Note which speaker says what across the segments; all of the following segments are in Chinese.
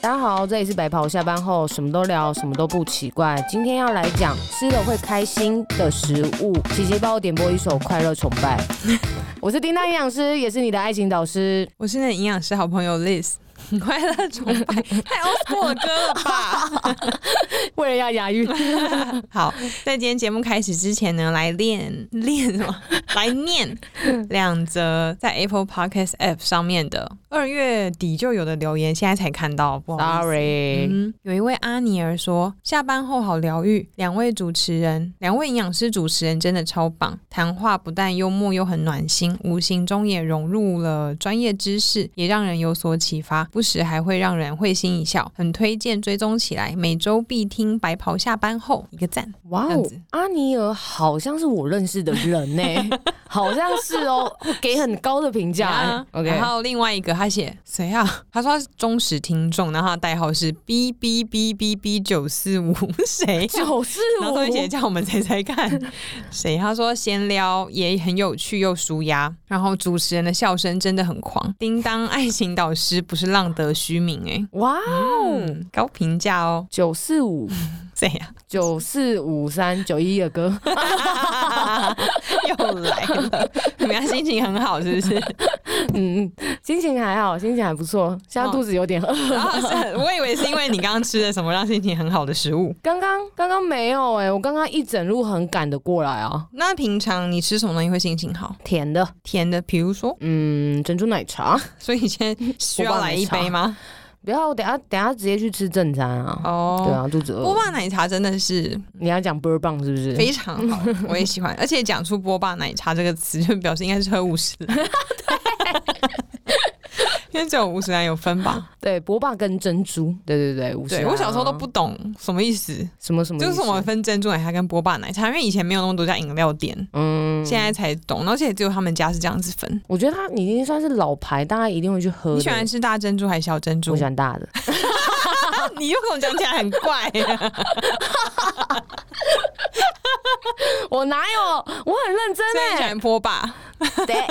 Speaker 1: 大家好，这里是白袍，下班后什么都聊，什么都不奇怪。今天要来讲吃了会开心的食物。琪琪帮我点播一首《快乐崇 拜》。我是叮当营养师，也是你的爱情导师。
Speaker 2: 我是你的营养师好朋友 Liz，快 乐崇拜，太 old school 的歌了吧？
Speaker 1: 为了要押韵，
Speaker 2: 好，在今天节目开始之前呢，来练练什么？来念两则在 Apple Podcast App 上面的二月底就有的留言，现在才看到，不好意思
Speaker 1: sorry。
Speaker 2: 嗯，有一位阿尼尔说，下班后好疗愈，两位主持人，两位营养师主持人真的超棒，谈话不但幽默又很暖心，无形中也融入了专业知识，也让人有所启发，不时还会让人会心一笑，很推荐追踪起来，每周必听白袍下班后一个赞，
Speaker 1: 哇
Speaker 2: 这
Speaker 1: 哦
Speaker 2: 样子，
Speaker 1: 阿尼尔好像是我认识的人呢、 好像是哦，会给很高的评价、
Speaker 2: 啊
Speaker 1: OK，
Speaker 2: 然后另外一个他写谁啊？他说他是忠实听众，然后他的代号是 B B B B B 九四五，谁啊呀、
Speaker 1: 九四
Speaker 2: 然
Speaker 1: 五
Speaker 2: 后同学叫我们猜猜看，谁？他说闲聊也很有趣又舒压，然后主持人的笑声真的很狂。叮当爱情导师不是浪得虚名哎、
Speaker 1: 哇哦，
Speaker 2: 嗯，高评价哦，啊
Speaker 1: 九四五
Speaker 2: 这样
Speaker 1: 九四五三九一的歌，
Speaker 2: 又来了。你们家心情很好是不是？
Speaker 1: 嗯，嗯，心情还好，心情还不错，现在肚子有点饿。
Speaker 2: 然后是我以为是因为你刚刚吃了什么让心情很好的食物。
Speaker 1: 刚刚刚刚没有哎、我刚刚一整路很赶的过来啊，
Speaker 2: 那平常你吃什么东西会心情好？
Speaker 1: 甜的，
Speaker 2: 甜的，比如说，
Speaker 1: 嗯，珍珠奶茶。
Speaker 2: 所以你现在需要来一杯吗？
Speaker 1: 不要，我等下等下直接去吃正餐啊。对
Speaker 2: 哦，
Speaker 1: 啊，肚子
Speaker 2: 波
Speaker 1: 饿。
Speaker 2: 霸奶茶真的是
Speaker 1: 你要讲波尔棒是不是？
Speaker 2: 非常 好，我也喜欢。而且讲出“波霸奶茶”这个词， 就表示应该是喝 五十兰， 因为只有五十兰有分吧？
Speaker 1: 对，波霸跟珍珠。对对对，五十
Speaker 2: 对
Speaker 1: 啊
Speaker 2: 我小时候都不懂什么意思，
Speaker 1: 什么什么意
Speaker 2: 就
Speaker 1: 思，
Speaker 2: 是我们分珍珠奶茶跟波霸奶茶，因为以前没有那么多家饮料店，
Speaker 1: 嗯，
Speaker 2: 现在才懂，而且只有他们家是这样子分。
Speaker 1: 我觉得它已经算是老牌，大家一定会去喝的。
Speaker 2: 你喜欢吃大珍珠还是小珍珠
Speaker 1: 我喜？欢大 的，
Speaker 2: 啊你又跟我讲起来很怪、啊
Speaker 1: 我哪有？我很认
Speaker 2: 所以你喜
Speaker 1: 真
Speaker 2: 欢波霸。
Speaker 1: 哎、对，
Speaker 2: 为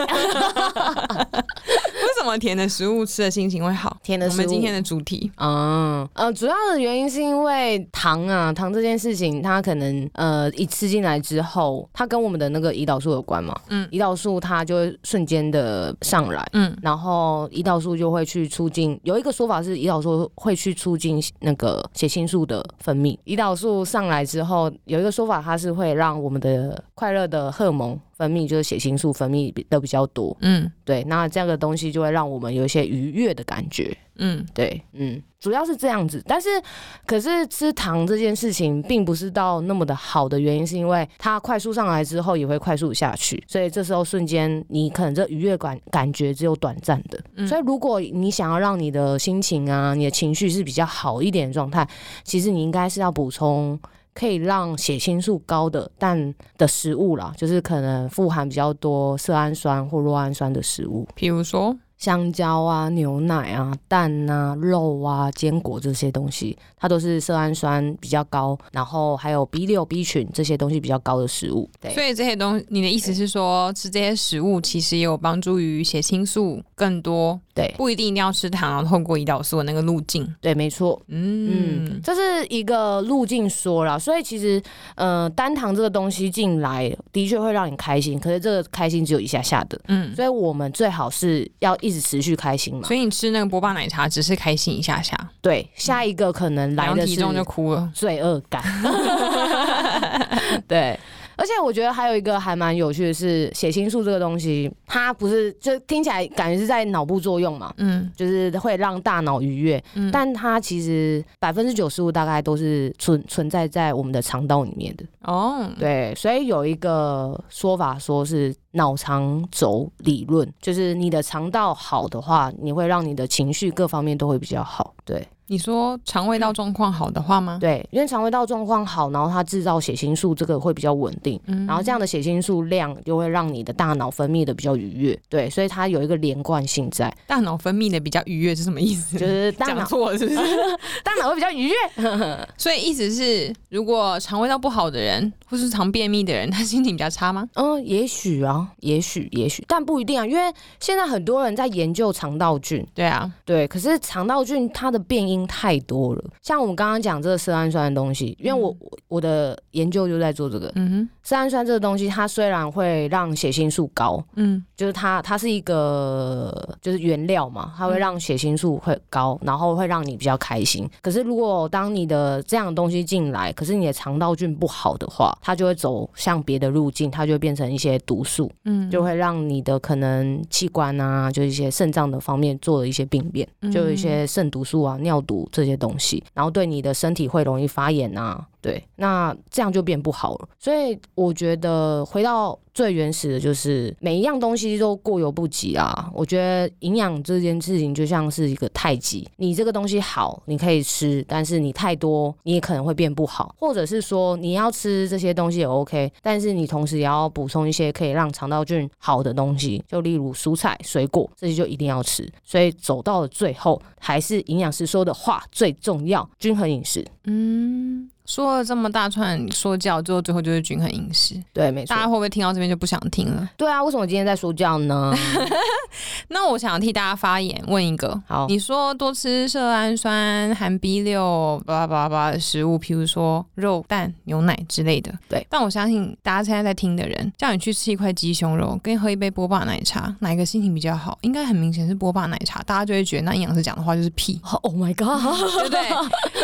Speaker 2: 什么甜的食物吃的心情会好？
Speaker 1: 甜的
Speaker 2: 我们
Speaker 1: 食物
Speaker 2: 今天的主题
Speaker 1: 嗯，呃，主要的原因是因为糖啊，糖这件事情，它可能呃一吃进来之后，它跟我们的那个胰岛素有关嘛，嗯
Speaker 2: 嗯，
Speaker 1: 胰岛素它就会瞬间的上来，嗯
Speaker 2: 嗯，
Speaker 1: 然后胰岛素就会去促进，有一个说法是胰岛素会去促进那个血清素的分泌，胰岛素上来之后，有一个说法它是会让我们的快乐的荷尔蒙分泌，就是血清素分泌的比较多，
Speaker 2: 嗯
Speaker 1: 对，那这个东西就会让我们有一些愉悦的感觉，
Speaker 2: 嗯，
Speaker 1: 对，嗯，主要是这样子。但是，可是吃糖这件事情并不是到那么的好的原因，是因为它快速上来之后也会快速下去，所以这时候瞬间你可能这愉悦感感觉只有短暂的。
Speaker 2: 嗯
Speaker 1: 所以，如果你想要让你的心情啊、你的情绪是比较好一点的状态，其实你应该是要补充。可以让血清素高的但的食物啦，就是可能富含比较多色氨酸或酪氨酸的食物。
Speaker 2: 比如说，
Speaker 1: 香蕉啊、牛奶啊、蛋啊、肉啊、坚果这些东西，它都是色氨酸比较高，然后还有 B 六、B 群这些东西比较高的食物。
Speaker 2: 所
Speaker 1: 对，
Speaker 2: 以这些东你的意思是说，吃这些食物其实也有帮助于血清素更多，
Speaker 1: 对，
Speaker 2: 不一定一定要吃糖，然后透过胰岛素的那个路径。
Speaker 1: 对，没错。嗯
Speaker 2: 嗯，，
Speaker 1: 这是一个路径说啦，所以其实，呃，单糖这个东西进来的确会让你开心，可是这个开心只有一下下的，
Speaker 2: 嗯，
Speaker 1: 所以我们最好是要一直持续开心嘛。
Speaker 2: 所以你吃那个波霸奶茶只是开心一下下，
Speaker 1: 对，下一个可能来
Speaker 2: 然后
Speaker 1: 的
Speaker 2: 体
Speaker 1: 是
Speaker 2: 重就哭了。
Speaker 1: 罪恶感。对，而且我觉得还有一个还蛮有趣的是，血清素这个东西，它不是就听起来感觉是在脑部作用嘛，
Speaker 2: 嗯
Speaker 1: 就是会让大脑愉悦，
Speaker 2: 嗯，
Speaker 1: 但它其实百分之九十五大概都是存存在在我们的肠道里面的。
Speaker 2: 哦，
Speaker 1: 对，所以有一个说法说是脑肠轴理论，就是你的肠道好的话，你会让你的情绪各方面都会比较好。对。
Speaker 2: 你说肠胃道状况好的话吗？
Speaker 1: 对，因为肠胃道状况好，然后它制造血清素这个会比较稳定，
Speaker 2: 嗯
Speaker 1: 然后这样的血清素量就会让你的大脑分泌的比较愉悦，对，所以它有一个连贯性 在，
Speaker 2: 大脑分泌的比较愉悦是什么意思？
Speaker 1: 就是大
Speaker 2: 讲
Speaker 1: 脑
Speaker 2: 错了是不 是？
Speaker 1: 大脑会比较愉悦，
Speaker 2: 所以意思是，如果肠胃道不好的人或是常便秘的人，他心情比较差吗？
Speaker 1: 嗯，也许啊，也许，也许，但不一定啊，因为现在很多人在研究肠道菌，
Speaker 2: 对啊，
Speaker 1: 对，可是肠道菌它的变因太多了。像我们刚刚讲这个色氨酸的东西，因为我、我我的研究就在做这个
Speaker 2: 嗯
Speaker 1: 色氨酸这个东西，它虽然会让血清素高，
Speaker 2: 哼，嗯
Speaker 1: 就是它它是一个就是原料嘛，它会让血清素会高，然后会让你比较开心。可是如果当你的这样的东西进来，可是你的肠道菌不好的话，它就会走向别的路径，它就会变成一些毒素，
Speaker 2: 嗯，
Speaker 1: 就会让你的可能器官啊，就是一些肾脏的方面做了一些病变，就有一
Speaker 2: 嗯
Speaker 1: 些肾毒素啊、尿毒这些东西，然后对你的身体会容易发炎啊。对，那这样就变不好了。所以我觉得回到最原始的，就是每一样东西都过犹不及啊。我觉得营养这件事情就像是一个太极，你这个东西好，你可以吃，但是你太多，你也可能会变不好，或者是说你要吃这些东西也 OK，但是你同时也要补充一些可以让肠道菌好的东西，就例如蔬菜、水果这些就一定要吃。所以走到了最后，还是营养师说的话最重要，均衡饮食。
Speaker 2: 嗯，说了这么大串说教，最后最后就是均衡饮食，
Speaker 1: 对，没错
Speaker 2: 大。家会不会听到这边就不想听了？
Speaker 1: 对啊，为什么今天在说教呢？
Speaker 2: 那我想替大家发言，问一个，
Speaker 1: 好，
Speaker 2: 你说多吃色氨酸含 B 六巴拉巴拉巴拉的食物，譬如说肉、蛋、牛奶之类的。
Speaker 1: 对，，
Speaker 2: 但我相信大家现在在听的人，叫你去吃一块鸡胸肉，跟喝一杯波霸奶茶，哪一个心情比较好？应该很明显是波霸奶茶，大家就会觉得那营养师讲的话就是屁
Speaker 1: Oh my god！
Speaker 2: 对不对？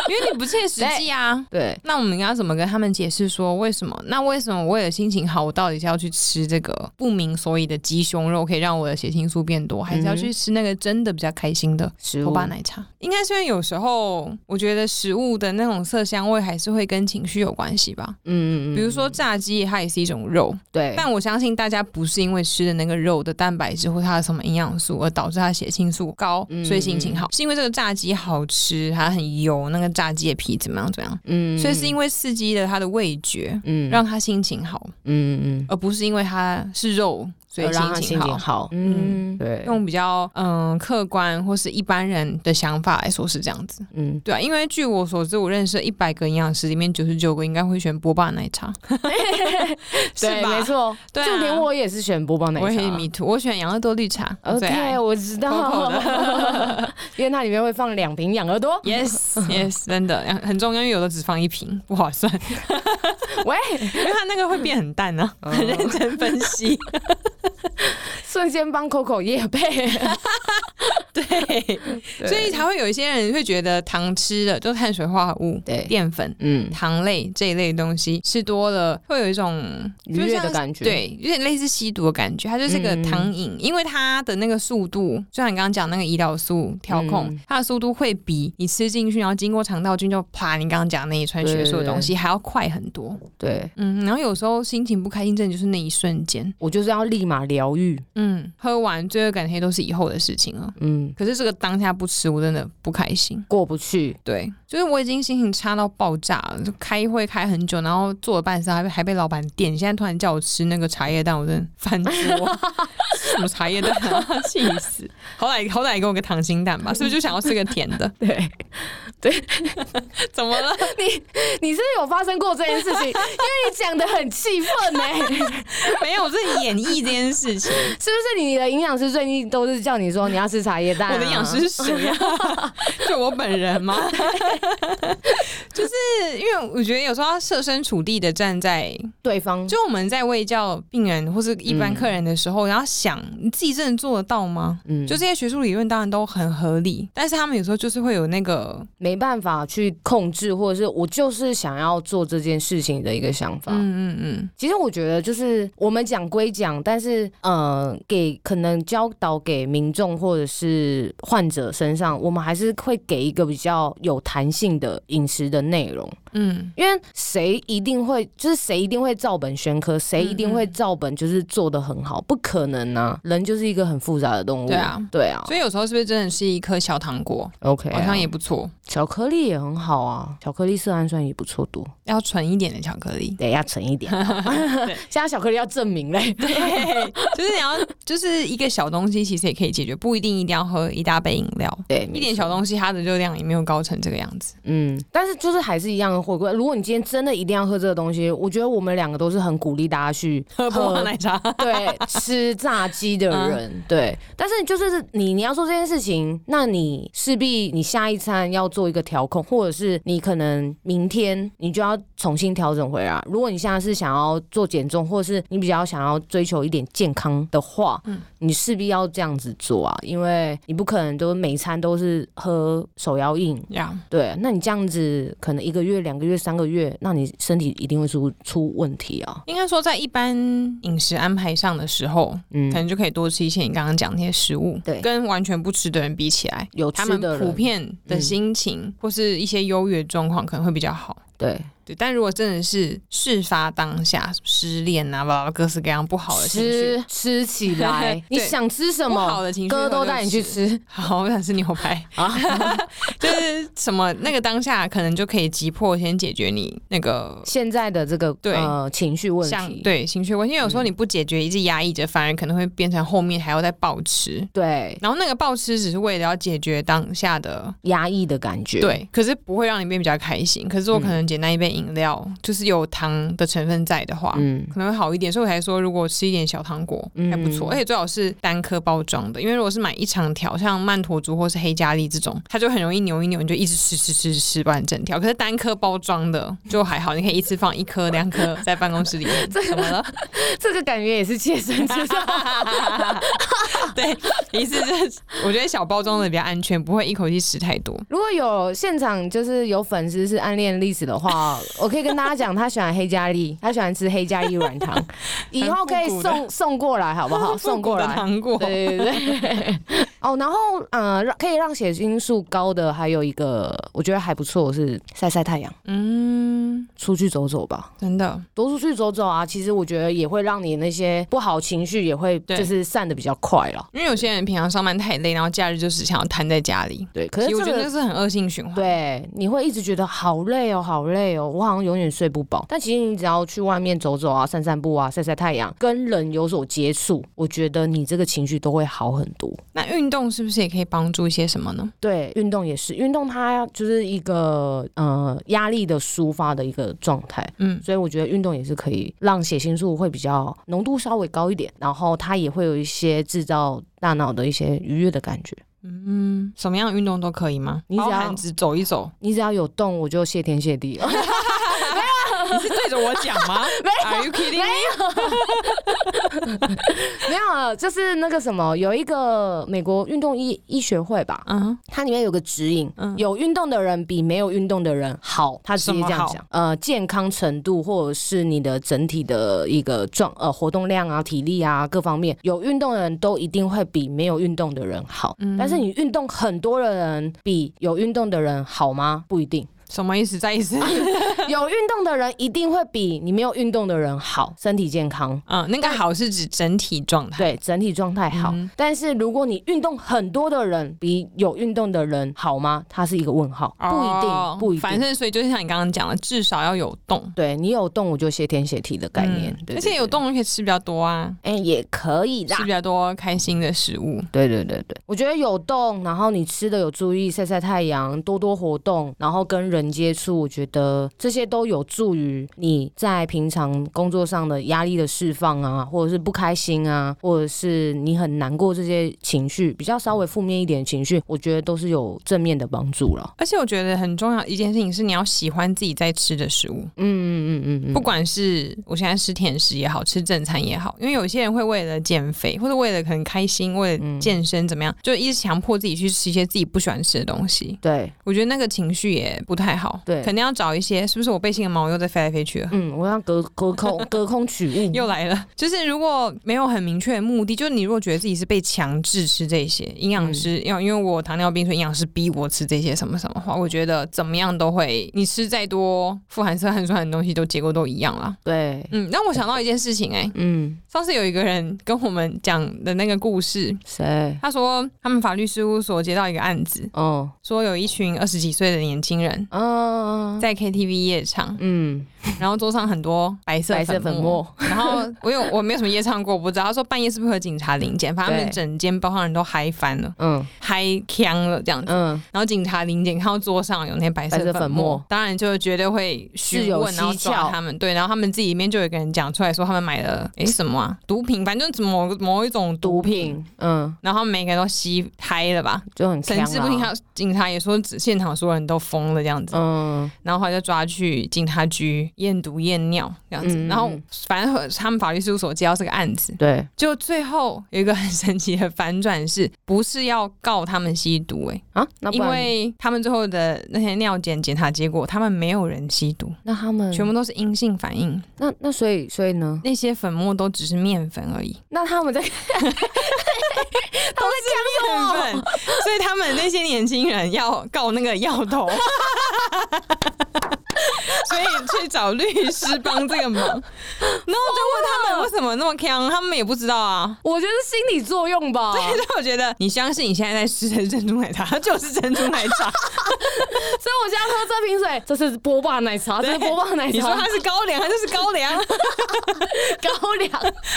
Speaker 2: 因为你不切实际啊。
Speaker 1: 对，
Speaker 2: 那我们要怎么跟他们解释说为什么？那为什么为了心情好，我到底是要去吃这个不明所以的鸡胸肉，可以让我的血清素变多，还是要去吃那个真的比较开心的
Speaker 1: 嗯食
Speaker 2: 波
Speaker 1: 物
Speaker 2: 霸奶茶，应该是因为有时候我觉得食物的那种色香味还是会跟情绪有关系吧。
Speaker 1: 嗯，嗯嗯
Speaker 2: 比如说炸鸡，它也是一种肉，
Speaker 1: 对，
Speaker 2: 但我相信大家不是因为吃的那个肉的蛋白质或它的什么营养素而导致它血清素高，
Speaker 1: 嗯
Speaker 2: 所以心情好，是因为这个炸鸡好吃，它很油，那个炸鸡的皮怎么样怎么样，
Speaker 1: 嗯
Speaker 2: 所以是因
Speaker 1: 为
Speaker 2: 为刺激了它的味觉，
Speaker 1: 嗯
Speaker 2: 让他心情好，
Speaker 1: 嗯嗯嗯，
Speaker 2: 而不是因为它是肉，所以
Speaker 1: 让他
Speaker 2: 情
Speaker 1: 心
Speaker 2: 好
Speaker 1: 情。好，
Speaker 2: 嗯
Speaker 1: 嗯，对，
Speaker 2: 用比较嗯客观或是一般人的想法来说是这样子，
Speaker 1: 嗯，
Speaker 2: 对啊，因为据我所知，我认识一百个营养师里面九十九个应该会选波霸奶茶，是
Speaker 1: 对，
Speaker 2: 吧？
Speaker 1: 没，错，
Speaker 2: 对啊
Speaker 1: 就连我也是选波霸奶茶
Speaker 2: 我也。迷途，我选养乐多绿茶我最爱
Speaker 1: 啊 OK，我知
Speaker 2: 口口
Speaker 1: 道， 因为它里面会放两瓶养乐多。
Speaker 2: Yes, yes，真的很重要，因为有的只放一瓶不划 算，
Speaker 1: 喂，
Speaker 2: 因为它那个会变很淡啊，
Speaker 1: 哦
Speaker 2: 很认真分 析。
Speaker 1: 瞬间帮 Coco 夜配，
Speaker 2: 对，所以才会有一些人会觉得糖吃了就碳水化合物、
Speaker 1: 对，
Speaker 2: 淀粉
Speaker 1: 嗯，
Speaker 2: 糖类这一类东西吃多了，会有一种
Speaker 1: 愉悦
Speaker 2: 就
Speaker 1: 的
Speaker 2: 像
Speaker 1: 感觉，，嗯
Speaker 2: 对，有点类似吸毒的感觉，它就是个糖瘾，因为它的那个速度，就像你刚刚讲那个胰岛素调控，
Speaker 1: 嗯
Speaker 2: 它的速度会比你吃进去，然后经过肠道菌就啪，你刚刚讲那一串学术的东西还要快很多。
Speaker 1: 对
Speaker 2: 嗯，然后有时候心情不开心，真的就是那一瞬间。
Speaker 1: 我就是要立马疗愈，
Speaker 2: 嗯，喝完罪恶感那些都是以后的事情了。
Speaker 1: 嗯，
Speaker 2: 可是这个当下不吃，我真的不开心。
Speaker 1: 过不去，
Speaker 2: 对，就是我已经心情差到爆炸了，就开会开很久，然后做了半天还被还被老板点，现在突然叫我吃那个茶叶蛋，我真的翻桌，什么茶叶蛋啊， 气死！好歹好歹给我个溏心蛋吧，是不是就想要吃个甜的？
Speaker 1: 对，
Speaker 2: 怎么了？
Speaker 1: 你是不是有发生过这件事 情，因为你讲的很气愤呢、
Speaker 2: 没有，我是演绎这件事
Speaker 1: 是
Speaker 2: 情。
Speaker 1: 不是你的营养师最近都是叫你说你要吃茶叶蛋、啊？
Speaker 2: 我的营养师是谁呀、就我本人吗？ 就是因为我觉得有时候要设身处地的站在
Speaker 1: 对方
Speaker 2: 就我们在喂教病人或是一般客人的时候，然后想你自己真的做得到吗？
Speaker 1: 嗯，
Speaker 2: 就
Speaker 1: 就是
Speaker 2: 这些学术理论当然都很合理，但是他们有时候就是会有那个，
Speaker 1: 没办法去控制，或者是我就是想要做这件事情的一个想法。
Speaker 2: 嗯嗯嗯，
Speaker 1: 其实我觉得就是我们讲归讲，但是呃，给可能教导给民众或者是患者身上，我们还是会给一个比较有弹性的饮食的内容。
Speaker 2: 嗯
Speaker 1: 因为谁一定会，就是谁一定会照本宣科，谁一定会
Speaker 2: 嗯嗯
Speaker 1: 照本就是做的很好，不可能啊！人就是一个很复杂的动物，
Speaker 2: 对啊，
Speaker 1: 对啊
Speaker 2: 所以有时候是不是真的是一颗小糖果，
Speaker 1: ，OK，啊
Speaker 2: 好像也不错，
Speaker 1: 巧克力也很好啊，巧克力色氨酸也不错多，，
Speaker 2: 要纯一点的巧克力
Speaker 1: 得要沉一点，哦 现在巧克力要证明嘞，
Speaker 2: 对，就是你要就是一个小东西，其实也可以解决，不一定一定要喝一大杯饮料。
Speaker 1: 对，
Speaker 2: 一点小
Speaker 1: 东，
Speaker 2: 东西，它的热量也没有高成这个样子。
Speaker 1: 嗯，但是就是还是一样跟回归。如果你今天真的一定要喝这个东西，我觉得我们两个都是很鼓励大家去
Speaker 2: 喝波霸奶 茶，
Speaker 1: 对吃炸鸡的
Speaker 2: 嗯
Speaker 1: 人，对。但是就是你你要做这件事情，那你势必你下一餐要做一个调控，或者是你可能明天你就要重新调整回来。如果你现在是想要做减重，或者是你比较想要追求一点健康的话，
Speaker 2: 嗯
Speaker 1: 你势必要这样子做啊，因为你不可能都每餐都是喝手摇饮。
Speaker 2: 呀，
Speaker 1: 对，那你这样子可能一个月、两个月、三个月，那你身体一定会出出问题啊。
Speaker 2: 应该说在一般饮食安排上的时候，
Speaker 1: 嗯
Speaker 2: 可，能就可以多吃一些你刚刚讲的那些食物，
Speaker 1: 对
Speaker 2: 跟完全不吃的人比起来，
Speaker 1: 有
Speaker 2: 他
Speaker 1: 吃
Speaker 2: 们
Speaker 1: 的
Speaker 2: 普
Speaker 1: 人嗯
Speaker 2: 遍的心情、或是一些优越状况可能会比较好。
Speaker 1: 对
Speaker 2: 对，但如果真的是事发当下，失恋啊，巴拉各式各样不好的情绪，
Speaker 1: 吃吃起来 你
Speaker 2: 对，
Speaker 1: 想吃什
Speaker 2: 不好
Speaker 1: 么，
Speaker 2: 的情绪，
Speaker 1: 哥都带你去。吃
Speaker 2: 好，我想吃牛排，
Speaker 1: 啊。
Speaker 2: 就是什么那个当下可能就可以急迫先解决你那 个
Speaker 1: 现在的这个
Speaker 2: 对
Speaker 1: 呃情绪问
Speaker 2: 像
Speaker 1: 题，嗯
Speaker 2: 对情绪问题，因为有时候你不解决，一直压抑着，反而可能会变成后面还要再暴吃。
Speaker 1: 对
Speaker 2: 然后那个暴吃只是为了要解决当下的
Speaker 1: 压抑的感觉，
Speaker 2: 对，可是不会让你变比较开心。可是我可能简单一杯饮料，就是有糖的成分在的话，
Speaker 1: 嗯，
Speaker 2: 可能会好一点。所以我才说，如果吃一点小糖果还不错，
Speaker 1: 嗯
Speaker 2: 而且最好是单颗包装的，因为如果是买一长条，像曼陀珠或是黑加力这种，它就很容易扭一扭，你就一直吃吃吃吃吃，把你整条。可是单颗包装的就还好，你可以一次放一颗、两颗在办公室里面。怎么了？
Speaker 1: 这个感觉也是切身之 痛。
Speaker 2: 对，一次就是我觉得小包装的比较安全，不会一口气吃太多。
Speaker 1: 如果有现场就是有粉丝是暗恋历史的 话，我可以跟大家讲，他喜欢黑加力，他喜欢吃黑加力软 糖，以后可以
Speaker 2: 复古的
Speaker 1: 送送过来好不好？送过
Speaker 2: 复古的
Speaker 1: 来，
Speaker 2: 糖果，
Speaker 1: 对对对。哦，然后呃，让可以让血清素高的还有一个，我觉得还不错是晒晒太阳，
Speaker 2: 嗯，
Speaker 1: 出去走走吧，
Speaker 2: 真的，
Speaker 1: 多出去走走啊。其实我觉得也会让你那些不好情绪也会
Speaker 2: 对
Speaker 1: 就是散的比较快了。
Speaker 2: 因为有些人平常上班太累，然后假日就是想要瘫在家里。
Speaker 1: 对，可
Speaker 2: 其
Speaker 1: 是
Speaker 2: 实我
Speaker 1: 这
Speaker 2: 觉得
Speaker 1: 个。
Speaker 2: 这是很恶性循环。
Speaker 1: 对，你会一直觉得好累哦，好累哦，我好像永远睡不饱。但其实你只要去外面走走啊，散散步啊，晒晒太阳，跟人有所接触，我觉得你这个情绪都会好很多。
Speaker 2: 那运动是不是也可以帮助一些什么呢？
Speaker 1: 对，运动也是，运动它就是一个呃压力的抒发的一个状态，
Speaker 2: 嗯，
Speaker 1: 所以我觉得运动也是可以让血清素会比较浓度稍微高一点，然后它也会有一些制造大脑的一些愉悦的感觉。
Speaker 2: 什么样的运动都可以吗？
Speaker 1: 你只
Speaker 2: 包
Speaker 1: 要，
Speaker 2: 含只走一走
Speaker 1: 你只要有动，我就谢天谢地了。
Speaker 2: 你是对着我讲 吗？Are you kidding？me？
Speaker 1: 没有了，就是那个什么，有一个美国运动医医学会吧，
Speaker 2: 嗯，
Speaker 1: 它里面有个指引，
Speaker 2: 嗯
Speaker 1: 有运动的人比没有运动的人好，他直接这
Speaker 2: 什么
Speaker 1: 样
Speaker 2: 好
Speaker 1: 讲。呃，健康程度或者是你的整体的一个状呃活动量啊、体力啊各方面，有运动的人都一定会比没有运动的人好。
Speaker 2: 嗯
Speaker 1: 但是你运动很多的人比有运动的人好吗？不一 定。
Speaker 2: 什么意思？再意 思？
Speaker 1: 有运动的人一定会比你没有运动的人好，身体健康。
Speaker 2: 嗯，那个好是指整体状态。
Speaker 1: 对整体状态好。
Speaker 2: 嗯
Speaker 1: 但是如果你运动很多的人比有运动的人好吗？它是一个问号，不一定，
Speaker 2: 哦
Speaker 1: 不一定。
Speaker 2: 反正所以就像你刚刚讲的，至少要有动
Speaker 1: 对你有动，我就谢天谢地的概念。
Speaker 2: 嗯
Speaker 1: 对
Speaker 2: 而且有，动就可以吃比较多啊，
Speaker 1: 对对哎、也可以啦
Speaker 2: 吃比。较多开心的食物。
Speaker 1: 对对对对，我觉得有动，然后你吃的有注意，晒晒太阳，多多活动，然后跟人接触，我觉得这些都有助于你在平常工作上的压力的释放啊，或者是不开心啊，或者是你很难过这些情绪，比较稍微负面一点的情绪，我觉得都是有正面的帮助了。
Speaker 2: 而且我觉得很重要一件事情是，你要喜欢自己在吃的食物，
Speaker 1: 嗯嗯嗯嗯嗯，
Speaker 2: 不管是我现在吃甜食也好，吃正餐也好，因为有些人会为了减肥，或者为了很开心，为了健身怎
Speaker 1: 嗯
Speaker 2: 么样，就一直强迫自己去吃一些自己不喜欢吃的东西。
Speaker 1: 对，
Speaker 2: 我觉得那个情绪也不太好，
Speaker 1: 对
Speaker 2: 肯定要找一些是不是我背心的毛又在飞来飞去了。
Speaker 1: 嗯，我要隔隔空隔空取物，
Speaker 2: 又来了，就是如果没有很明确的目的，就是你如果觉得自己是被强制吃这些，营养师
Speaker 1: 嗯
Speaker 2: 要、因为我有糖尿病，所以营养师逼我吃这些什么什么话，我觉得怎么样都会，你吃再多富含色汗酸的东西都结果都一样啦。
Speaker 1: 对，
Speaker 2: 嗯，让我想到一件事情、哎，
Speaker 1: 嗯，
Speaker 2: 上次有一个人跟我们讲的那个故事，
Speaker 1: 谁？
Speaker 2: 他说他们法律事务所接到一个案子，
Speaker 1: 哦，
Speaker 2: 说有一群二十几岁的年轻人
Speaker 1: 嗯嗯，嗯
Speaker 2: 在 KTV 夜唱，
Speaker 1: 嗯，
Speaker 2: 然后桌上很多白色
Speaker 1: 白色粉末，
Speaker 2: 然后我有我没有什么夜唱过，我不知道。他说半夜是不是会有警察临检？反正他们
Speaker 1: 对
Speaker 2: 整间包厢人都嗨翻了，
Speaker 1: 嗯
Speaker 2: 嗨呛了这样子。
Speaker 1: 嗯，
Speaker 2: 然后警察临检看到桌上有那些白色
Speaker 1: 白色
Speaker 2: 粉
Speaker 1: 粉末
Speaker 2: 当然就绝对会
Speaker 1: 是
Speaker 2: 询
Speaker 1: 有
Speaker 2: 问，然后
Speaker 1: 蹊
Speaker 2: 抓
Speaker 1: 跷
Speaker 2: 他们。对，然后他们自己里面就有一个人讲出来说，他们买了诶什么啊？毒品，反正某某一种
Speaker 1: 毒
Speaker 2: 毒品。
Speaker 1: 品，嗯，
Speaker 2: 然后他们每个人都吸嗨了吧？
Speaker 1: 就很
Speaker 2: 神
Speaker 1: 呛啊
Speaker 2: 志不清，还
Speaker 1: 啦
Speaker 2: 有警察也说，只现场所有人都疯了这样子。
Speaker 1: 嗯，
Speaker 2: 然后后来就抓去警察局验毒验尿这样子。
Speaker 1: 嗯
Speaker 2: 然后
Speaker 1: 嗯
Speaker 2: 反正和他们法律事务所接到这个案子，
Speaker 1: 对，
Speaker 2: 就最后有一个很神奇的反转是，不是要告他们吸毒、欸？
Speaker 1: 啊，那
Speaker 2: 因
Speaker 1: 不然
Speaker 2: 为他们最后的那些尿检检查结果，他们没有人吸毒，
Speaker 1: 那他们
Speaker 2: 全部都是阴性反应，
Speaker 1: 那那所以所以呢？
Speaker 2: 那些粉末都只是面粉而已，
Speaker 1: 那他 们在
Speaker 2: 都 是面粉，所以他们那些年轻人要告那个药头。 所以去找律师帮这个忙，然后我就问他们为什么那么强，他们也不知道啊。
Speaker 1: 我觉得是心理作用吧，
Speaker 2: 但是我觉得，你相信你现在在吃的珍珠奶茶，它 就是珍珠奶茶。
Speaker 1: 所以我现在喝这瓶水，这是波霸奶茶，这是波霸呃奶
Speaker 2: 你说
Speaker 1: 茶
Speaker 2: 它，是高粱，它就是高粱。
Speaker 1: 高粱。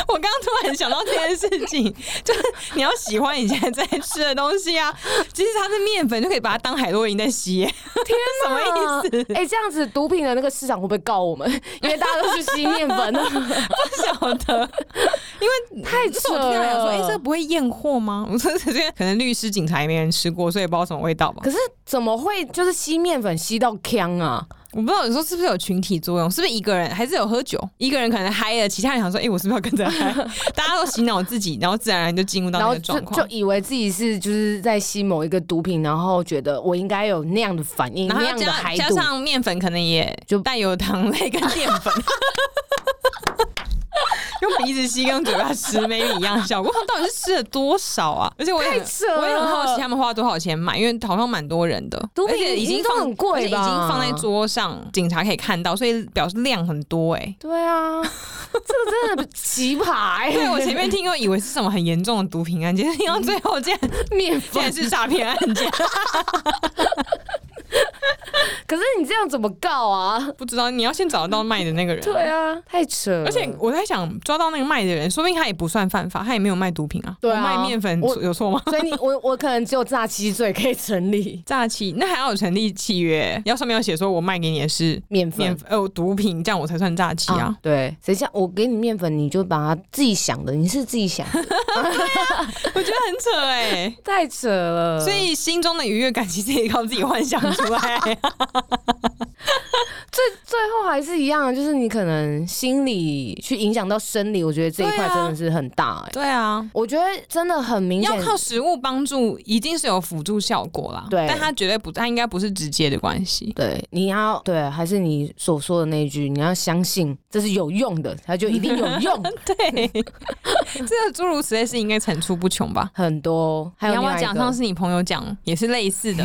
Speaker 2: 我刚刚突然想到这件事情， 就是你要喜欢你现在在吃的东西啊，即使它是面粉，就可以把它当海洛因在吸耶，
Speaker 1: 天
Speaker 2: 什么意
Speaker 1: 思？哎、这样子毒品的那个市场会不会告我 们？因为大家都去吸面粉 了，
Speaker 2: 不晓得。因为
Speaker 1: 太
Speaker 2: 就
Speaker 1: 扯
Speaker 2: 是我听到有说，哎、这
Speaker 1: 了。
Speaker 2: 个不会验货吗？我说这些可能律师、警察也没人吃过，所以不知道什么味道吧。
Speaker 1: 可是怎么会就是吸面粉吸到呛啊？
Speaker 2: 我不知道你说是不是有群体作用，是不是一个人还是有喝酒，一个人可能嗨了，其他人想说，哎、我是不是要跟着嗨？ 大家都洗脑自己，然后自然而然就进入到
Speaker 1: 然
Speaker 2: 那
Speaker 1: 后
Speaker 2: 个
Speaker 1: 就
Speaker 2: 状
Speaker 1: 就
Speaker 2: 况。
Speaker 1: 以为自己是就是在吸某一个毒品，然后觉得我应该有那样的反应，
Speaker 2: 然后
Speaker 1: 那样的
Speaker 2: 加
Speaker 1: 嗨
Speaker 2: 加
Speaker 1: 度。
Speaker 2: 上面粉，可能也 就
Speaker 1: 就
Speaker 2: 带有糖类跟淀粉， 用鼻子吸跟用嘴巴吃 maybe 一样的效果。到底是吃了多少啊？ 而且我也很
Speaker 1: 太扯了
Speaker 2: 我也很好奇他们花多少钱买，因为好像蛮多人的，
Speaker 1: 毒品
Speaker 2: 而且已经
Speaker 1: 都
Speaker 2: 放
Speaker 1: 很
Speaker 2: 而且
Speaker 1: 贵
Speaker 2: 已
Speaker 1: 吧？
Speaker 2: 经放在桌上，警察可以看到，所以表示量很多哎、
Speaker 1: 对啊，这个真的 奇葩、欸。
Speaker 2: 对我前面听过，以为是什么很严重的毒品案件，听到最后竟然
Speaker 1: 面
Speaker 2: 竟然
Speaker 1: 粉，
Speaker 2: 是诈骗案件，
Speaker 1: 可是你这样怎么告啊？
Speaker 2: 不知道你要先找得到卖的那个人。
Speaker 1: 对啊， 太扯了。
Speaker 2: 而且我在想，抓到那个卖的人，说不定他也不算犯法，他也没有卖毒品啊。
Speaker 1: 对啊
Speaker 2: 我卖面粉
Speaker 1: 我
Speaker 2: 有错吗？
Speaker 1: 所以你我我可能只有诈欺罪可以成立
Speaker 2: 诈欺那还要有成立契约，要上面有写说我卖给你的是
Speaker 1: 面粉。
Speaker 2: 面粉哦毒品，这样我才算诈欺啊。
Speaker 1: 对，谁叫我给你面粉，你就把它自己想的，你是自己想 的，
Speaker 2: 我觉得很扯哎、
Speaker 1: 太扯了。
Speaker 2: 所以心中的愉悦感其实也靠自己幻想出来。啊
Speaker 1: 最后还是一样，啊就是你可能心理去影响到生理，我觉得这一
Speaker 2: 对
Speaker 1: 块
Speaker 2: 啊
Speaker 1: 真的是很大、欸。
Speaker 2: 对啊。
Speaker 1: 我觉得真的很明
Speaker 2: 要
Speaker 1: 显，
Speaker 2: 靠食物帮助，一定是有辅助效果啦。
Speaker 1: 对
Speaker 2: 但它绝对不，它应该不是直接的关系。
Speaker 1: 对，你要对，还是你所说的那一句，你要相信这是有用的，它就一定有用。
Speaker 2: 对， 这个诸如此类事情应该层出不穷吧？
Speaker 1: 很多，还有
Speaker 2: 你要不要
Speaker 1: 另外一
Speaker 2: 讲
Speaker 1: 个
Speaker 2: 上次你朋友讲也是类似的，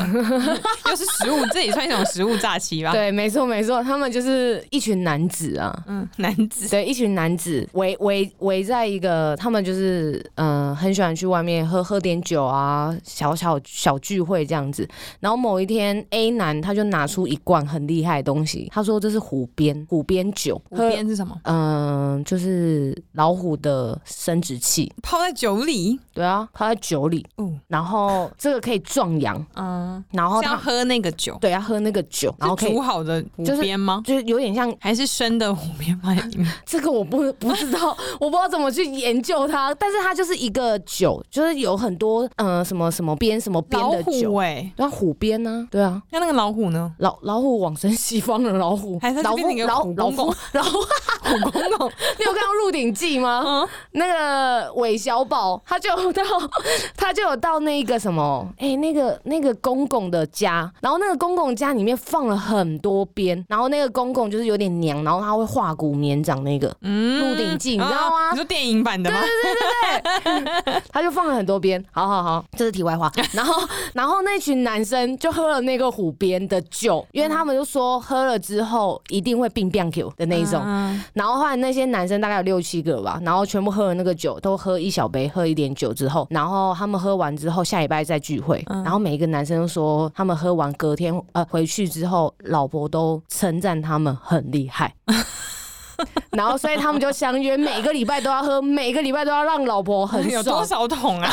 Speaker 2: 又是食物，这也算一种食物诈欺吧？，
Speaker 1: 对，没错没错，他们就是一群男子啊，
Speaker 2: 嗯，男子
Speaker 1: 对，一群男子围围围在一个，他们就是嗯、呃很喜欢去外面喝喝点酒啊，小小小聚会这样子。然后某一天，A 男他就拿出一罐很厉害的东西，他说这是湖边湖边酒，
Speaker 2: 湖
Speaker 1: 喝
Speaker 2: 边是什么？
Speaker 1: 嗯、就是老虎的生殖器，
Speaker 2: 泡在酒里，
Speaker 1: 对啊，泡在酒里，
Speaker 2: 哦，
Speaker 1: 然后这个可以壮阳，
Speaker 2: 嗯，
Speaker 1: 然后
Speaker 2: 是要
Speaker 1: 哦他
Speaker 2: 喝那个酒，
Speaker 1: 对要喝那个酒，然后可
Speaker 2: 是
Speaker 1: 以
Speaker 2: 煮好的湖
Speaker 1: 就是
Speaker 2: 边吗？
Speaker 1: 就是有点像
Speaker 2: 还是生的湖边放在里面？
Speaker 1: 这个我不不知道，我不知道怎么去研究它，但是它就是一个酒，就是有很多呃什么什么边什么边
Speaker 2: 老
Speaker 1: 的
Speaker 2: 虎
Speaker 1: 酒，
Speaker 2: 哎、
Speaker 1: 然后虎鞭呢、对啊，
Speaker 2: 那那个老虎 呢？
Speaker 1: 老老虎往生西方的老虎
Speaker 2: 还是，它
Speaker 1: 老
Speaker 2: 就变成
Speaker 1: 虎
Speaker 2: 一个
Speaker 1: 老老
Speaker 2: 虎公公
Speaker 1: 虎老虎，
Speaker 2: 虎公公，
Speaker 1: 你有看到《鹿鼎记》吗？
Speaker 2: 嗯，
Speaker 1: 那个韦小宝他就有到他就有到那个什么，哎、那个那个公公的家，然后那个公公家里面放了很多鞭，然后那个公公就是有点娘，然后他会化骨绵掌那个，
Speaker 2: 嗯
Speaker 1: 鹿鼎记你知道
Speaker 2: 啊
Speaker 1: 吗
Speaker 2: 你说电影版的吗？
Speaker 1: 他就放了很多鞭，好好好，这是题外话。然后，然后那群男生就喝了那个虎鞭的酒，因为他们就说喝了之后一定会病变 Q 的那一种。
Speaker 2: 嗯
Speaker 1: 然后后来那些男生大概有六七个吧，然后全部喝了那个酒，都喝一小杯，喝一点酒之后，然后他们喝完之后，下礼拜再聚会。
Speaker 2: 嗯
Speaker 1: 然后每一个男生都说，他们喝完隔天呃回去之后，老婆都称赞他他们很厉害。 然后，所以他们就相约每个礼拜都要喝，每个礼拜都要让老婆很
Speaker 2: 有
Speaker 1: 爽
Speaker 2: 多。少桶啊？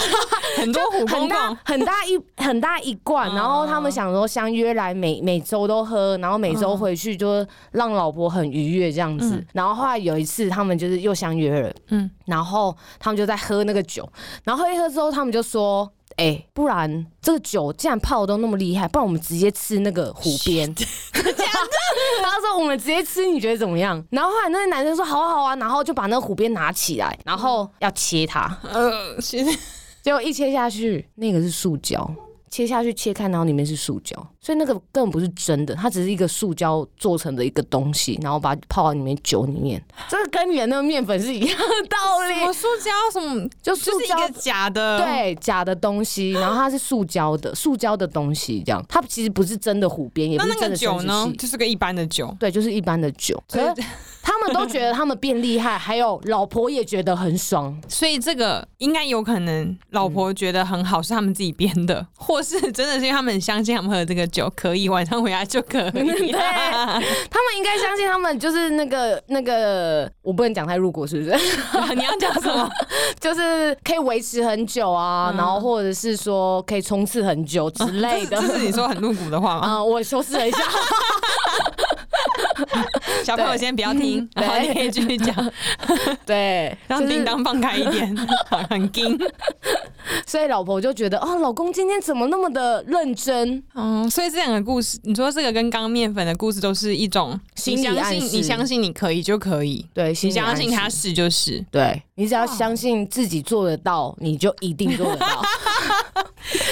Speaker 2: 很嗯多虎
Speaker 1: 很
Speaker 2: 公
Speaker 1: 大
Speaker 2: 公，
Speaker 1: 很大一 很大一罐，然后他们想说相约来每每周都喝，然后每周回去就让老婆很愉悦这样子
Speaker 2: 嗯。
Speaker 1: 然后后来有一次他们就是又相约了，
Speaker 2: 嗯，
Speaker 1: 然后他们就在喝那个酒，然后喝一喝之后他们就说。哎、不然这个酒既然泡的都那么厉害，不然我们直接吃那个湖边。 然后说我们直接吃，你觉得怎么样？然后后来那个男生说好啊好啊，然后就把那个湖边拿起来，然
Speaker 2: 嗯
Speaker 1: 后要切它。
Speaker 2: 呃，其实
Speaker 1: 结果一切下去，那个是塑胶，切下去切开，然后里面是塑胶，所以那个根本不是真的，它只是一个塑胶做成的一个东西，然后把它泡到里面酒里面，这个跟你的那个面粉是一样的道
Speaker 2: 我
Speaker 1: 理，
Speaker 2: 塑胶什么，
Speaker 1: 就塑
Speaker 2: 就是一
Speaker 1: 胶
Speaker 2: 个。假的，，
Speaker 1: 对，假的东西，然后它是塑胶的，塑胶的东西这样，它其实不是真的湖边，也
Speaker 2: 那
Speaker 1: 不是
Speaker 2: 那
Speaker 1: 真的
Speaker 2: 个酒呢
Speaker 1: 生殖，器
Speaker 2: 就是个一般的酒，
Speaker 1: 对，就是一般的酒。
Speaker 2: 所
Speaker 1: 可
Speaker 2: 以
Speaker 1: 是他们都觉得他们变厉害，还有老婆也觉得很爽，
Speaker 2: 所以这个应该有可能，老婆觉得很好，是他们自己编的， 或是真的是因为他们很相信他们喝这个酒可以晚上回家就可 以。啊
Speaker 1: 对 他们应该相信他们就是那个那个，我不能讲太入国是不是？
Speaker 2: 你要讲什么？
Speaker 1: 就是可以维持很久啊，
Speaker 2: 嗯
Speaker 1: 然后或者是说可以冲刺很久之类的
Speaker 2: 这。 是你说很露骨的话吗？
Speaker 1: 啊、我修饰 了一下，
Speaker 2: 小朋友
Speaker 1: 对
Speaker 2: 先不要听，
Speaker 1: 嗯
Speaker 2: 然后你可以继续讲，
Speaker 1: 对，
Speaker 2: 让
Speaker 1: 就是
Speaker 2: 叮当放开一点， 很惊。
Speaker 1: 所以老婆就觉得，哦，老公今天怎么那么的认真？
Speaker 2: 哦，所以这两个故事，你说这个跟刚面粉的故事都是一种
Speaker 1: 心理
Speaker 2: 你相
Speaker 1: 暗
Speaker 2: 信，
Speaker 1: 示
Speaker 2: 你相信你可以就可以，
Speaker 1: 对，
Speaker 2: 你
Speaker 1: 心理
Speaker 2: 相
Speaker 1: 暗
Speaker 2: 信
Speaker 1: 示
Speaker 2: 他，是就是。
Speaker 1: 对你只要
Speaker 2: 哇
Speaker 1: 相信自己做得到，你就一定做得到。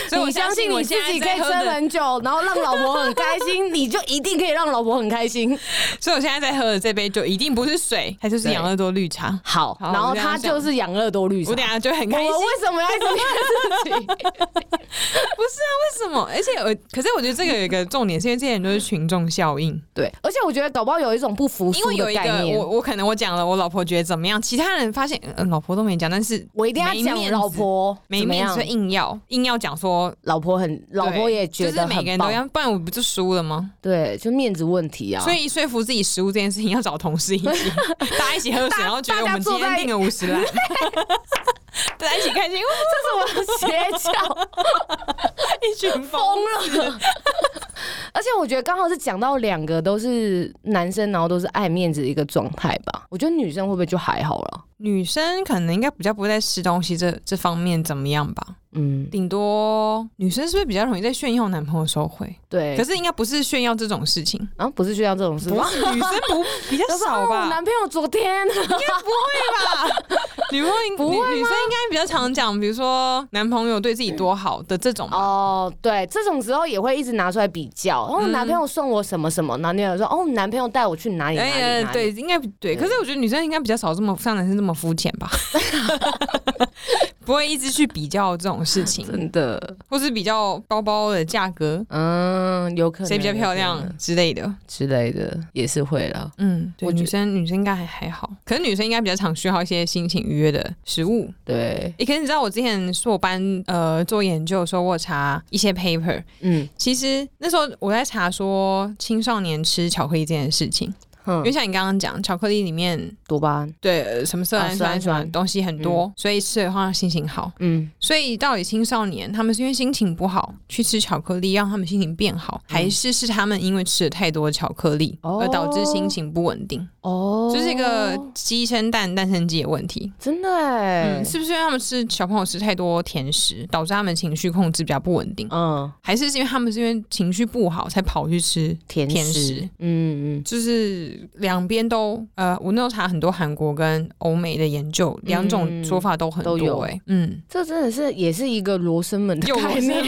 Speaker 2: 所以我
Speaker 1: 你相信
Speaker 2: 我
Speaker 1: 你自
Speaker 2: 现在
Speaker 1: 己可
Speaker 2: 在
Speaker 1: 以
Speaker 2: 喝
Speaker 1: 撑
Speaker 2: 的，
Speaker 1: 很久，然后让老婆很开心， 你就一定可以让老婆很开心。
Speaker 2: 所以我现在在喝的这杯酒一定不是水，它就是啊
Speaker 1: 对
Speaker 2: 养乐多绿茶。
Speaker 1: 好，
Speaker 2: 好
Speaker 1: 然
Speaker 2: 我
Speaker 1: 后
Speaker 2: 这样
Speaker 1: 他
Speaker 2: 想
Speaker 1: 就是养乐多绿茶
Speaker 2: 我。等一下就很
Speaker 1: 我
Speaker 2: 开心
Speaker 1: 们。为什么要一直骗 自己？
Speaker 2: 啊为什么？而且我，可是我觉得这个有一个重点，是因为这些人都是群众效应。
Speaker 1: 对，而且我觉得搞不好有一种不服
Speaker 2: 因
Speaker 1: 输
Speaker 2: 为有
Speaker 1: 的
Speaker 2: 一
Speaker 1: 概
Speaker 2: 个
Speaker 1: 念。
Speaker 2: 我，
Speaker 1: 我
Speaker 2: 我可能我讲了，我老婆觉得怎么样，其他人发现，呃、老婆都没讲，但是
Speaker 1: 一定要
Speaker 2: 没
Speaker 1: 讲
Speaker 2: 面
Speaker 1: 老
Speaker 2: 子
Speaker 1: 婆
Speaker 2: 没
Speaker 1: 怎么
Speaker 2: 面
Speaker 1: 样
Speaker 2: 子，所以硬要硬要讲说，
Speaker 1: 老婆很，老婆
Speaker 2: 对
Speaker 1: 也觉
Speaker 2: 就是
Speaker 1: 得
Speaker 2: 每个
Speaker 1: 很
Speaker 2: 人都
Speaker 1: 棒。
Speaker 2: 要，不然我不就输了吗？
Speaker 1: 对，就面子问题啊。
Speaker 2: 所以说服自己食物这件事情要找同事一 起，大家一起喝水，然后觉得我们今天订了五十来， 大家一起开 心，哇
Speaker 1: 这是我的邪教。
Speaker 2: 一群疯
Speaker 1: 疯了。而且我觉得刚好是讲到两个都是男生，然后都是爱面子的一个状态吧。我觉得女生会不会就还好了？
Speaker 2: 女生可能应该比较不会在吃东西这这方面怎么样吧，
Speaker 1: 嗯，
Speaker 2: 顶多女生是不是比较容易在炫耀男朋友的时候会？
Speaker 1: 对。
Speaker 2: 可
Speaker 1: 是
Speaker 2: 是应该不是炫耀这种事情，
Speaker 1: 啊，不是就像这种事吗？
Speaker 2: 是女生不比较
Speaker 1: 就说
Speaker 2: 少
Speaker 1: 哦我
Speaker 2: 吧？
Speaker 1: 男朋友昨天
Speaker 2: 女朋
Speaker 1: 不
Speaker 2: 友应
Speaker 1: 会吗
Speaker 2: 女女生应该比较常讲，比如说男朋友对自己多好的这种吧。
Speaker 1: 哦，对，这种时候也会一直拿出来比较。哦，
Speaker 2: 嗯
Speaker 1: 男朋友送我什么什么，男朋友说哦，男朋友带我去哪里哪里哪里。
Speaker 2: 哎对，应该对。
Speaker 1: 对
Speaker 2: 可是我觉得女生应该比较少这么像男生这么肤浅 吧，不会一直去比较这种事情，
Speaker 1: 真的，
Speaker 2: 或是比较包包的价格，
Speaker 1: 嗯，有可能
Speaker 2: 谁比较
Speaker 1: 有可
Speaker 2: 漂
Speaker 1: 能
Speaker 2: 亮之类的。
Speaker 1: 之类的，也是会了。
Speaker 2: 嗯，对，
Speaker 1: 我觉
Speaker 2: 女
Speaker 1: 得
Speaker 2: 生女生应该还还好，可是女生应该比较常需要一些心情愉悦的食物。
Speaker 1: 对，
Speaker 2: 诶，可是你知道我之前硕班呃做研究的时候，我有查一些 paper，
Speaker 1: 嗯
Speaker 2: 其实那时候我在查说青少年吃巧克力这件事情，因
Speaker 1: 哼
Speaker 2: 为，像你刚刚讲，巧克力里面
Speaker 1: 嗯多巴胺，
Speaker 2: 对，呃什么色
Speaker 1: 啊
Speaker 2: 氨
Speaker 1: 色
Speaker 2: 酸
Speaker 1: 氨
Speaker 2: 什么
Speaker 1: 酸
Speaker 2: 东西很多，所以吃的话心情好。
Speaker 1: 嗯，
Speaker 2: 所以到底青少年他们是因为心情不好去吃巧克力让他们心情变好，还是是他们因为吃了太多巧克力
Speaker 1: 哦
Speaker 2: 而导致心情不稳定？
Speaker 1: 哦，
Speaker 2: 这是一个鸡生蛋，蛋生鸡的问题。
Speaker 1: 真的哎、
Speaker 2: 嗯，是不是因为他们吃小朋友吃太多甜食，导致他们情绪控制比较不稳定？
Speaker 1: 嗯，
Speaker 2: 还是是因为他们是因为情绪不好才跑去吃
Speaker 1: 甜
Speaker 2: 甜
Speaker 1: 食，
Speaker 2: 食？
Speaker 1: 嗯嗯
Speaker 2: 就是两边都呃，我那时候查很多韩国跟欧美的研究，两种说法都很
Speaker 1: 嗯都有
Speaker 2: 多哎、欸，嗯，
Speaker 1: 这真的是也是一个罗生门的
Speaker 2: 又
Speaker 1: 概念，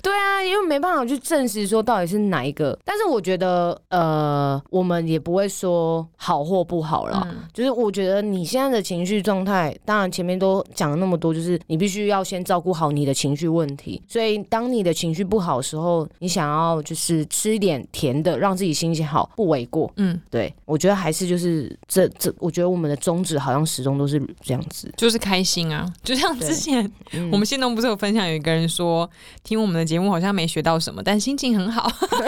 Speaker 1: 对啊，因为没办法去证实说到底是哪一个，但是我觉得呃，我们也不会说好或不好啦。
Speaker 2: 嗯
Speaker 1: 就是我觉得你现在的情绪状态，当然前面都讲了那么多，就是你必须要先照顾好你的情绪问题。所以当你的情绪不好的时候，你想要就是吃一点甜的，让自己心情好，不为过。
Speaker 2: 嗯，
Speaker 1: 对我觉得还是就是这这，我觉得我们的宗旨好像始终都是这样子。
Speaker 2: 就是开心啊，就像
Speaker 1: 对
Speaker 2: 之前
Speaker 1: 嗯
Speaker 2: 我们现动不是有分享，有一个人 说听我们的节目好像没学到什么，但心情很好，这种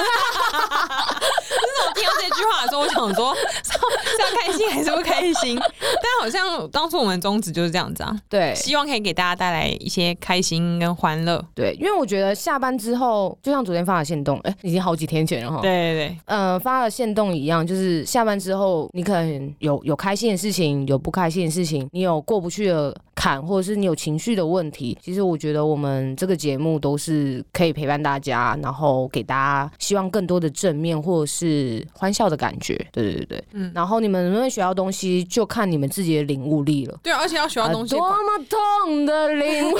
Speaker 2: 我听到这句话的时候，我想说 是要是要开心还是不开心？但好像当初我们宗旨就是这样子啊，
Speaker 1: 对
Speaker 2: 希望可以给大家带来一些开心跟欢乐。
Speaker 1: 对，因为我觉得下班之后，就像昨天发的限动，哎、已经好几天前了哈。
Speaker 2: 对。对
Speaker 1: 呃，发了限动一样，就是下班之后，你可能有有开心的事情，有不开心的事情，你有过不去的坎，或者是你有情绪的问题。其实我觉得我们这个节目都是可以陪伴大家，然后给大家希望更多的正面或者是欢笑的感觉。对对对对，
Speaker 2: 嗯
Speaker 1: 嗯。然后你们能不能学到东西，就看你们自己的领悟力了。
Speaker 2: 对对，而且要学到东西
Speaker 1: 啊
Speaker 2: 的管，
Speaker 1: 多么痛的领悟，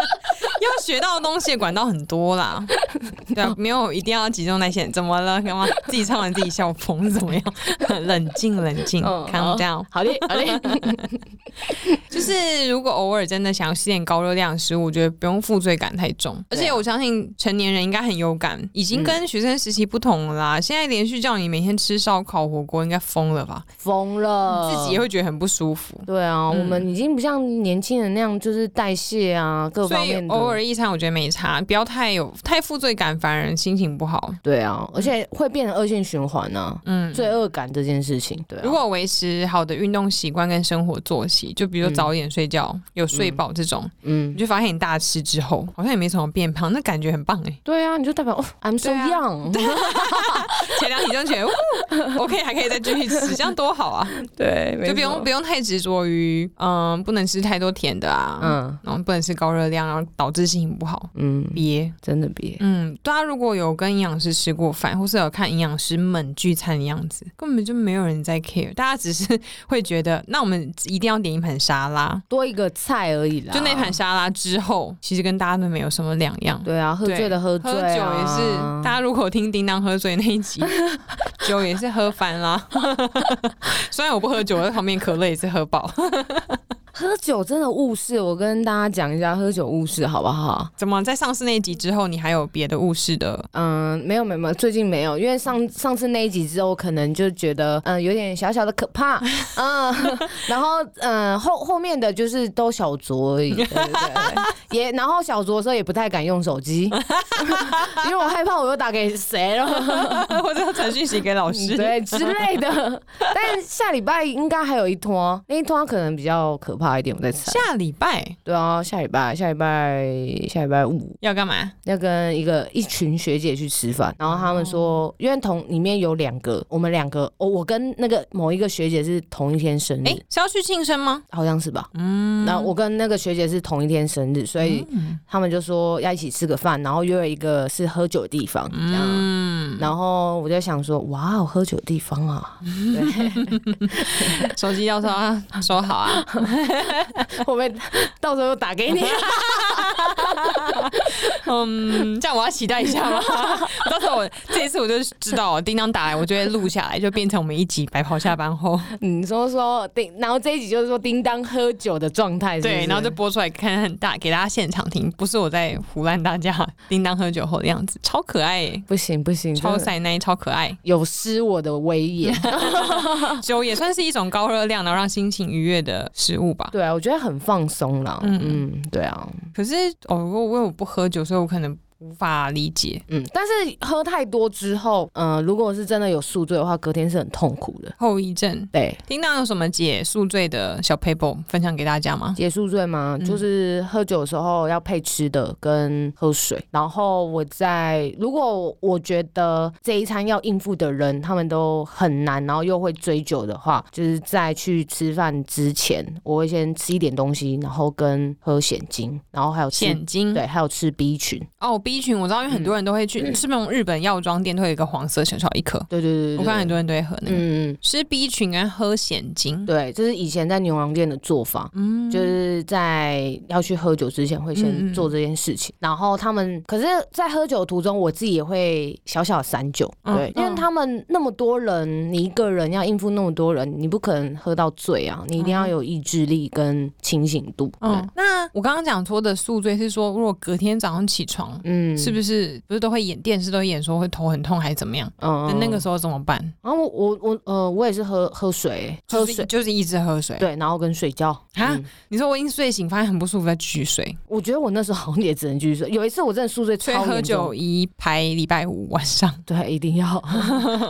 Speaker 2: 要学到东西的管道很多啦。 对啊，没有一定要集中在线。怎么了？干嘛自己唱完自己笑疯？怎么样？ 冷静，冷静
Speaker 1: 嗯
Speaker 2: ，calm down。
Speaker 1: 好嘞，好嘞，
Speaker 2: 就是如果偶尔真的想要吃点高热量的食物，我觉得不用负罪感太重。而
Speaker 1: 对啊嗯
Speaker 2: 且我相信成年人应该很有感，已经跟学生时期不同了啦。现在连续叫你每天吃烧烤、火锅，应该疯了吧？
Speaker 1: 疯了，
Speaker 2: 自己也会觉得很不舒服。
Speaker 1: 对啊，
Speaker 2: 嗯
Speaker 1: 我们已经不像年轻人那样，就是代谢啊，各
Speaker 2: 所
Speaker 1: 方
Speaker 2: 以
Speaker 1: 面的。
Speaker 2: 偶尔一餐，我觉得没差，不要太有太负罪感，反而心情不好。
Speaker 1: 对啊，而且会变成恶性循环呢、
Speaker 2: 嗯，
Speaker 1: 罪恶感这件事情。对、啊，
Speaker 2: 如果维持好的运动习惯跟生活作息，就比如说
Speaker 1: 嗯
Speaker 2: 早点睡觉、有睡饱这种，
Speaker 1: 嗯
Speaker 2: 你，就发现你大吃之后好像也没什么变胖，那感觉很棒哎、
Speaker 1: 对啊，你就代表哦，I'm so
Speaker 2: 对啊
Speaker 1: young，对,、
Speaker 2: 前两体重觉得 呜 OK，还可以再继续吃，这样多好啊！ 就不用不用太执着于嗯，不能吃太多甜的啊，嗯，
Speaker 1: 嗯
Speaker 2: 然后不能吃高热量，然后导致心情不好。
Speaker 1: 嗯，
Speaker 2: 别，
Speaker 1: 真的别。
Speaker 2: 嗯，大家如果有跟营养师吃过饭，或是有看营养师们聚餐的样子，根本就没有人在 care，大家只是会觉得，那我们一定要点一盘沙拉，
Speaker 1: 多一个菜而已啦，
Speaker 2: 就那盘。沙拉之后，其实跟大家都没有什么两样。
Speaker 1: 对啊，喝
Speaker 2: 对
Speaker 1: 醉的喝醉、
Speaker 2: 喝酒也
Speaker 1: 啊，
Speaker 2: 是，大家如果听叮当喝醉那一 集，酒也是喝翻啦。 虽然我不喝酒，在旁边可乐也是喝饱。
Speaker 1: 喝酒真的误事。我跟大家讲一下喝酒误事好不好？
Speaker 2: 怎么在上次那一集之后，你还有别的误事的？
Speaker 1: 嗯，没有没有没有，最近没有，因为上上次那一集之后，可能就觉得嗯有点小小的可怕，嗯，然后嗯后后面的就是都小酌而已，对对对，也然后小酌的时候也不太敢用手机，因为我害怕我又打给谁了，嗯
Speaker 2: 或者传讯息给老师？
Speaker 1: 对之类的。但下礼拜应该还有一拖，那一拖可能比较可怕一点，我在猜。
Speaker 2: 下礼拜
Speaker 1: 对啊，下礼拜下礼拜下礼拜五
Speaker 2: 要干嘛？
Speaker 1: 要跟一个一群学姐去吃饭，然后他们
Speaker 2: 哦
Speaker 1: 说，因为同里面有两个，我们两个，哦，我跟那个某一个学姐是同一天生日，
Speaker 2: 哎、是要去庆生吗？
Speaker 1: 好像是吧？
Speaker 2: 嗯，
Speaker 1: 然后我跟那个学姐是同一天生日，所以
Speaker 2: 嗯
Speaker 1: 他们就说要一起吃个饭，然后约了一个是喝酒的地方，这样。
Speaker 2: 嗯，
Speaker 1: 然后我就想说，哇哦，喝酒的地方 啊！对，
Speaker 2: 手机要收 啊收好啊，
Speaker 1: 我们到时候打给 你。
Speaker 2: 嗯，这样我要期待一下吗？ 到时候我这一次我就知道，我叮当打来，我就会录下来，就变成我们一集白袍下班后，
Speaker 1: 你嗯说说叮，然后这一集就是说叮当喝酒的状态是不是，
Speaker 2: 对，然后就播出来看很大，给大家现场听，不是我在胡乱大家 叮当喝酒后的样子，超可爱、欸。
Speaker 1: 不行不行，
Speaker 2: 超
Speaker 1: 真的
Speaker 2: 塞奶，超可爱，
Speaker 1: 有失我的威严。啊
Speaker 2: 酒也算是一种高热量，然后让心情愉悦的食物吧。
Speaker 1: 对啊，我觉得很放松啦。
Speaker 2: 嗯
Speaker 1: 嗯对啊，
Speaker 2: 可是哦，我我我不喝酒，所以我可能无法理解。
Speaker 1: 嗯，但是喝太多之后，呃，如果是真的有宿醉的话，隔天是很痛苦的。
Speaker 2: 后遗症，
Speaker 1: 对，
Speaker 2: 叮当有什么解宿醉的小 paper 分享给大家吗？
Speaker 1: 解宿醉嘛，就是喝酒的时候要配吃的跟喝水。然后我在如果我觉得这一餐要应付的人他们都很难，然后又会追酒的话，就是在去吃饭之前，我会先吃一点东西，然后跟喝现金，然后还有吃
Speaker 2: 现金
Speaker 1: 对，嗯还有吃 B 群。
Speaker 2: 哦，B 群我知道，因为很多人都会去，是那种日本药妆店都会有一个黄色小小一颗，
Speaker 1: 对对对对
Speaker 2: 我看很
Speaker 1: 对
Speaker 2: 多人都会喝那个。
Speaker 1: 嗯嗯。
Speaker 2: 吃 B 群跟喝显精，
Speaker 1: 对，这是以前在牛郎店的做法，
Speaker 2: 嗯，
Speaker 1: 就是在要去喝酒之前会
Speaker 2: 嗯嗯
Speaker 1: 先做这件事情，然后他们可是，在喝酒途中，我自己也会小小散酒，
Speaker 2: 嗯
Speaker 1: 对，因
Speaker 2: 嗯
Speaker 1: 为他们那么多人，你一个人要应付那么多人，你不可能喝到醉啊，你一定
Speaker 2: 嗯
Speaker 1: 要有意志力跟清醒度，
Speaker 2: 嗯，那我刚刚讲说的宿醉是说，如果隔天早上起床，
Speaker 1: 对，嗯，
Speaker 2: 是不是不是都会演电视都会演说会头很痛还是怎么样？
Speaker 1: 嗯？
Speaker 2: 那
Speaker 1: 嗯，
Speaker 2: 那个时候怎么办？
Speaker 1: 然后我我我呃，我也是喝喝水，喝
Speaker 2: 就
Speaker 1: 水、
Speaker 2: 是就是一直喝水。
Speaker 1: 对，然后跟睡觉
Speaker 2: 啊
Speaker 1: 嗯
Speaker 2: 你说我一睡醒发现很不舒服，再继续睡，
Speaker 1: 我觉得我那时候 好像也只能继续睡。有一次我真的宿醉
Speaker 2: 所以
Speaker 1: 超
Speaker 2: 喝
Speaker 1: 严
Speaker 2: 酒
Speaker 1: 重，
Speaker 2: 一排礼拜五晚上。
Speaker 1: 对，一定 要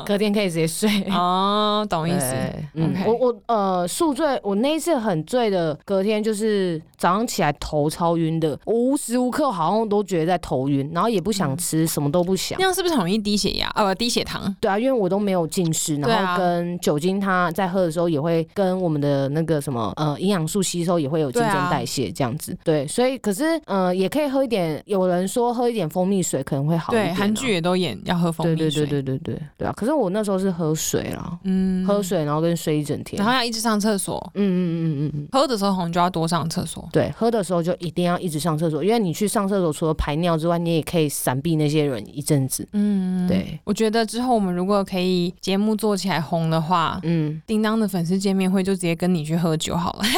Speaker 1: 隔天可以直接睡。
Speaker 2: 哦，懂意思。
Speaker 1: 对嗯
Speaker 2: OK
Speaker 1: 我我呃宿醉，我那一次很醉的，隔天就是早上起来头超晕的，我无时无刻好像都觉得在头晕，然后也不想吃，什么都不想
Speaker 2: 那。样是不是很容易低血压？呃，低血糖。
Speaker 1: 对啊，因为我都没有进食，
Speaker 2: 对啊
Speaker 1: 然后跟酒精它在喝的时候也会跟我们的那个什么呃营养素吸收也会有
Speaker 2: 对
Speaker 1: 竞
Speaker 2: 啊
Speaker 1: 争代谢这样子。对，所以可是呃也可以喝一点，有人说喝一点蜂蜜水可能会好一点
Speaker 2: 对，
Speaker 1: 啊、
Speaker 2: 韩剧也都演要喝蜂
Speaker 1: 对
Speaker 2: 蜜
Speaker 1: 对
Speaker 2: 水。
Speaker 1: 对对对对对啊！可是我那时候是喝水啦，
Speaker 2: 嗯
Speaker 1: 喝，水然后跟睡一整天。
Speaker 2: 然后要一直上厕所。
Speaker 1: 嗯嗯嗯嗯嗯。
Speaker 2: 喝的时候好像就要多上厕所。
Speaker 1: 对，喝的时候就一定要一直上厕所，因为你去上厕所，除了排尿之外，你也可以闪避那些人一阵子。
Speaker 2: 嗯，
Speaker 1: 对，
Speaker 2: 我觉得之后我们如果可以节目做起来红的话，
Speaker 1: 嗯，
Speaker 2: 叮当的粉丝见面会就直接跟你去喝酒好了。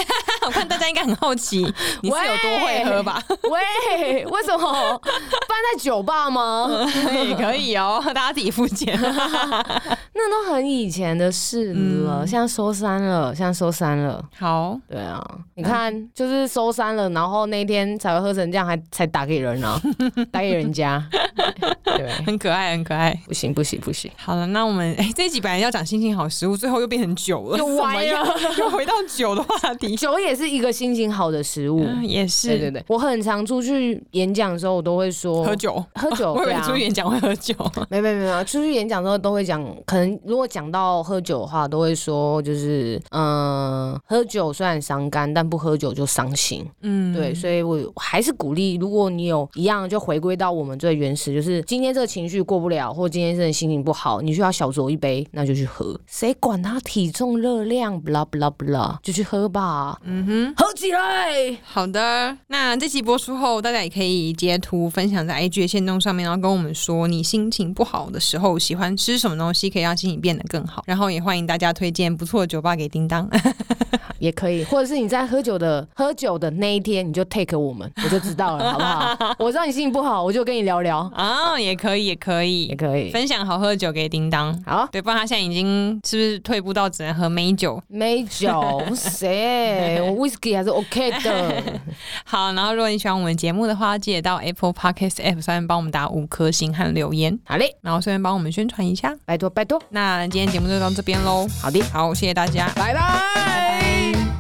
Speaker 2: 我看大家应该很好 奇，你是有多会喝吧？
Speaker 1: 喂，为什么 办在酒吧吗？
Speaker 2: 也可以哦， 大家自己付钱。
Speaker 1: 那都很以前的事了，
Speaker 2: 嗯
Speaker 1: 现在收山了，现在收山了。
Speaker 2: 好，
Speaker 1: 对啊，你看，就是收山了，然后那天才会喝成这样，还才打给人 啊，打给人家。对，
Speaker 2: 很可爱，很可爱。
Speaker 1: 不行不行不行，
Speaker 2: 好了，那我们哎、这一集本来要讲心情好食物，最后又变成酒了，
Speaker 1: 又歪了
Speaker 2: 怎么样， 又回到酒的话题。
Speaker 1: 酒也是一个心情好的食物。
Speaker 2: 嗯，也是，
Speaker 1: 对对对，我很常出去演讲的时候，我都会说
Speaker 2: 喝酒。
Speaker 1: 喝酒，
Speaker 2: 我
Speaker 1: 对
Speaker 2: 以为你
Speaker 1: 啊
Speaker 2: 出，去演讲会喝酒，
Speaker 1: 没没没有，出去演讲的时候都会讲，可能如果讲到喝酒的话，都会说就是，嗯、喝酒虽然伤肝，但不喝酒就伤心。
Speaker 2: 嗯，
Speaker 1: 对，所以我还是鼓励，如果你有一样，就回归到我们最原始，就是今天这个情绪过不了，或今天真的心情不好，你需要小酌一杯，那就去喝，谁管他体重热量，blah blah blah，就去喝吧，
Speaker 2: 嗯哼，
Speaker 1: 喝起来。
Speaker 2: 好的，那这期播出后，大家也可以截图分享在 IG 的线动上面，然后跟我们说你心情不好的时候喜欢吃什么东西，可以让心情变得更好。然后也欢迎大家推荐不错的酒吧给叮当。
Speaker 1: 也可以，或者是你在喝酒的喝酒的那一天，你就 take 我们， 我就知道了，好不好？ 我知道你心情不好，我就跟你聊聊，
Speaker 2: 啊、也可以，也可
Speaker 1: 也
Speaker 2: 以
Speaker 1: 可以。
Speaker 2: 分享好喝的酒给叮当。
Speaker 1: 好，
Speaker 2: 对，不然他现在已经是不是退步到只能喝美酒？
Speaker 1: 美酒，谁？我 whisky 还是 OK 的。
Speaker 2: 好，然后如果你喜欢我们节目的话，记得到 Apple Podcast App 上面帮我们打五颗星和留言，
Speaker 1: 好嘞，
Speaker 2: 然后顺便帮我们宣传一下。
Speaker 1: 拜托拜托，
Speaker 2: 那今天节目就到这边喽，
Speaker 1: 好的，
Speaker 2: 好，谢谢大家，
Speaker 1: 拜拜。
Speaker 2: 拜拜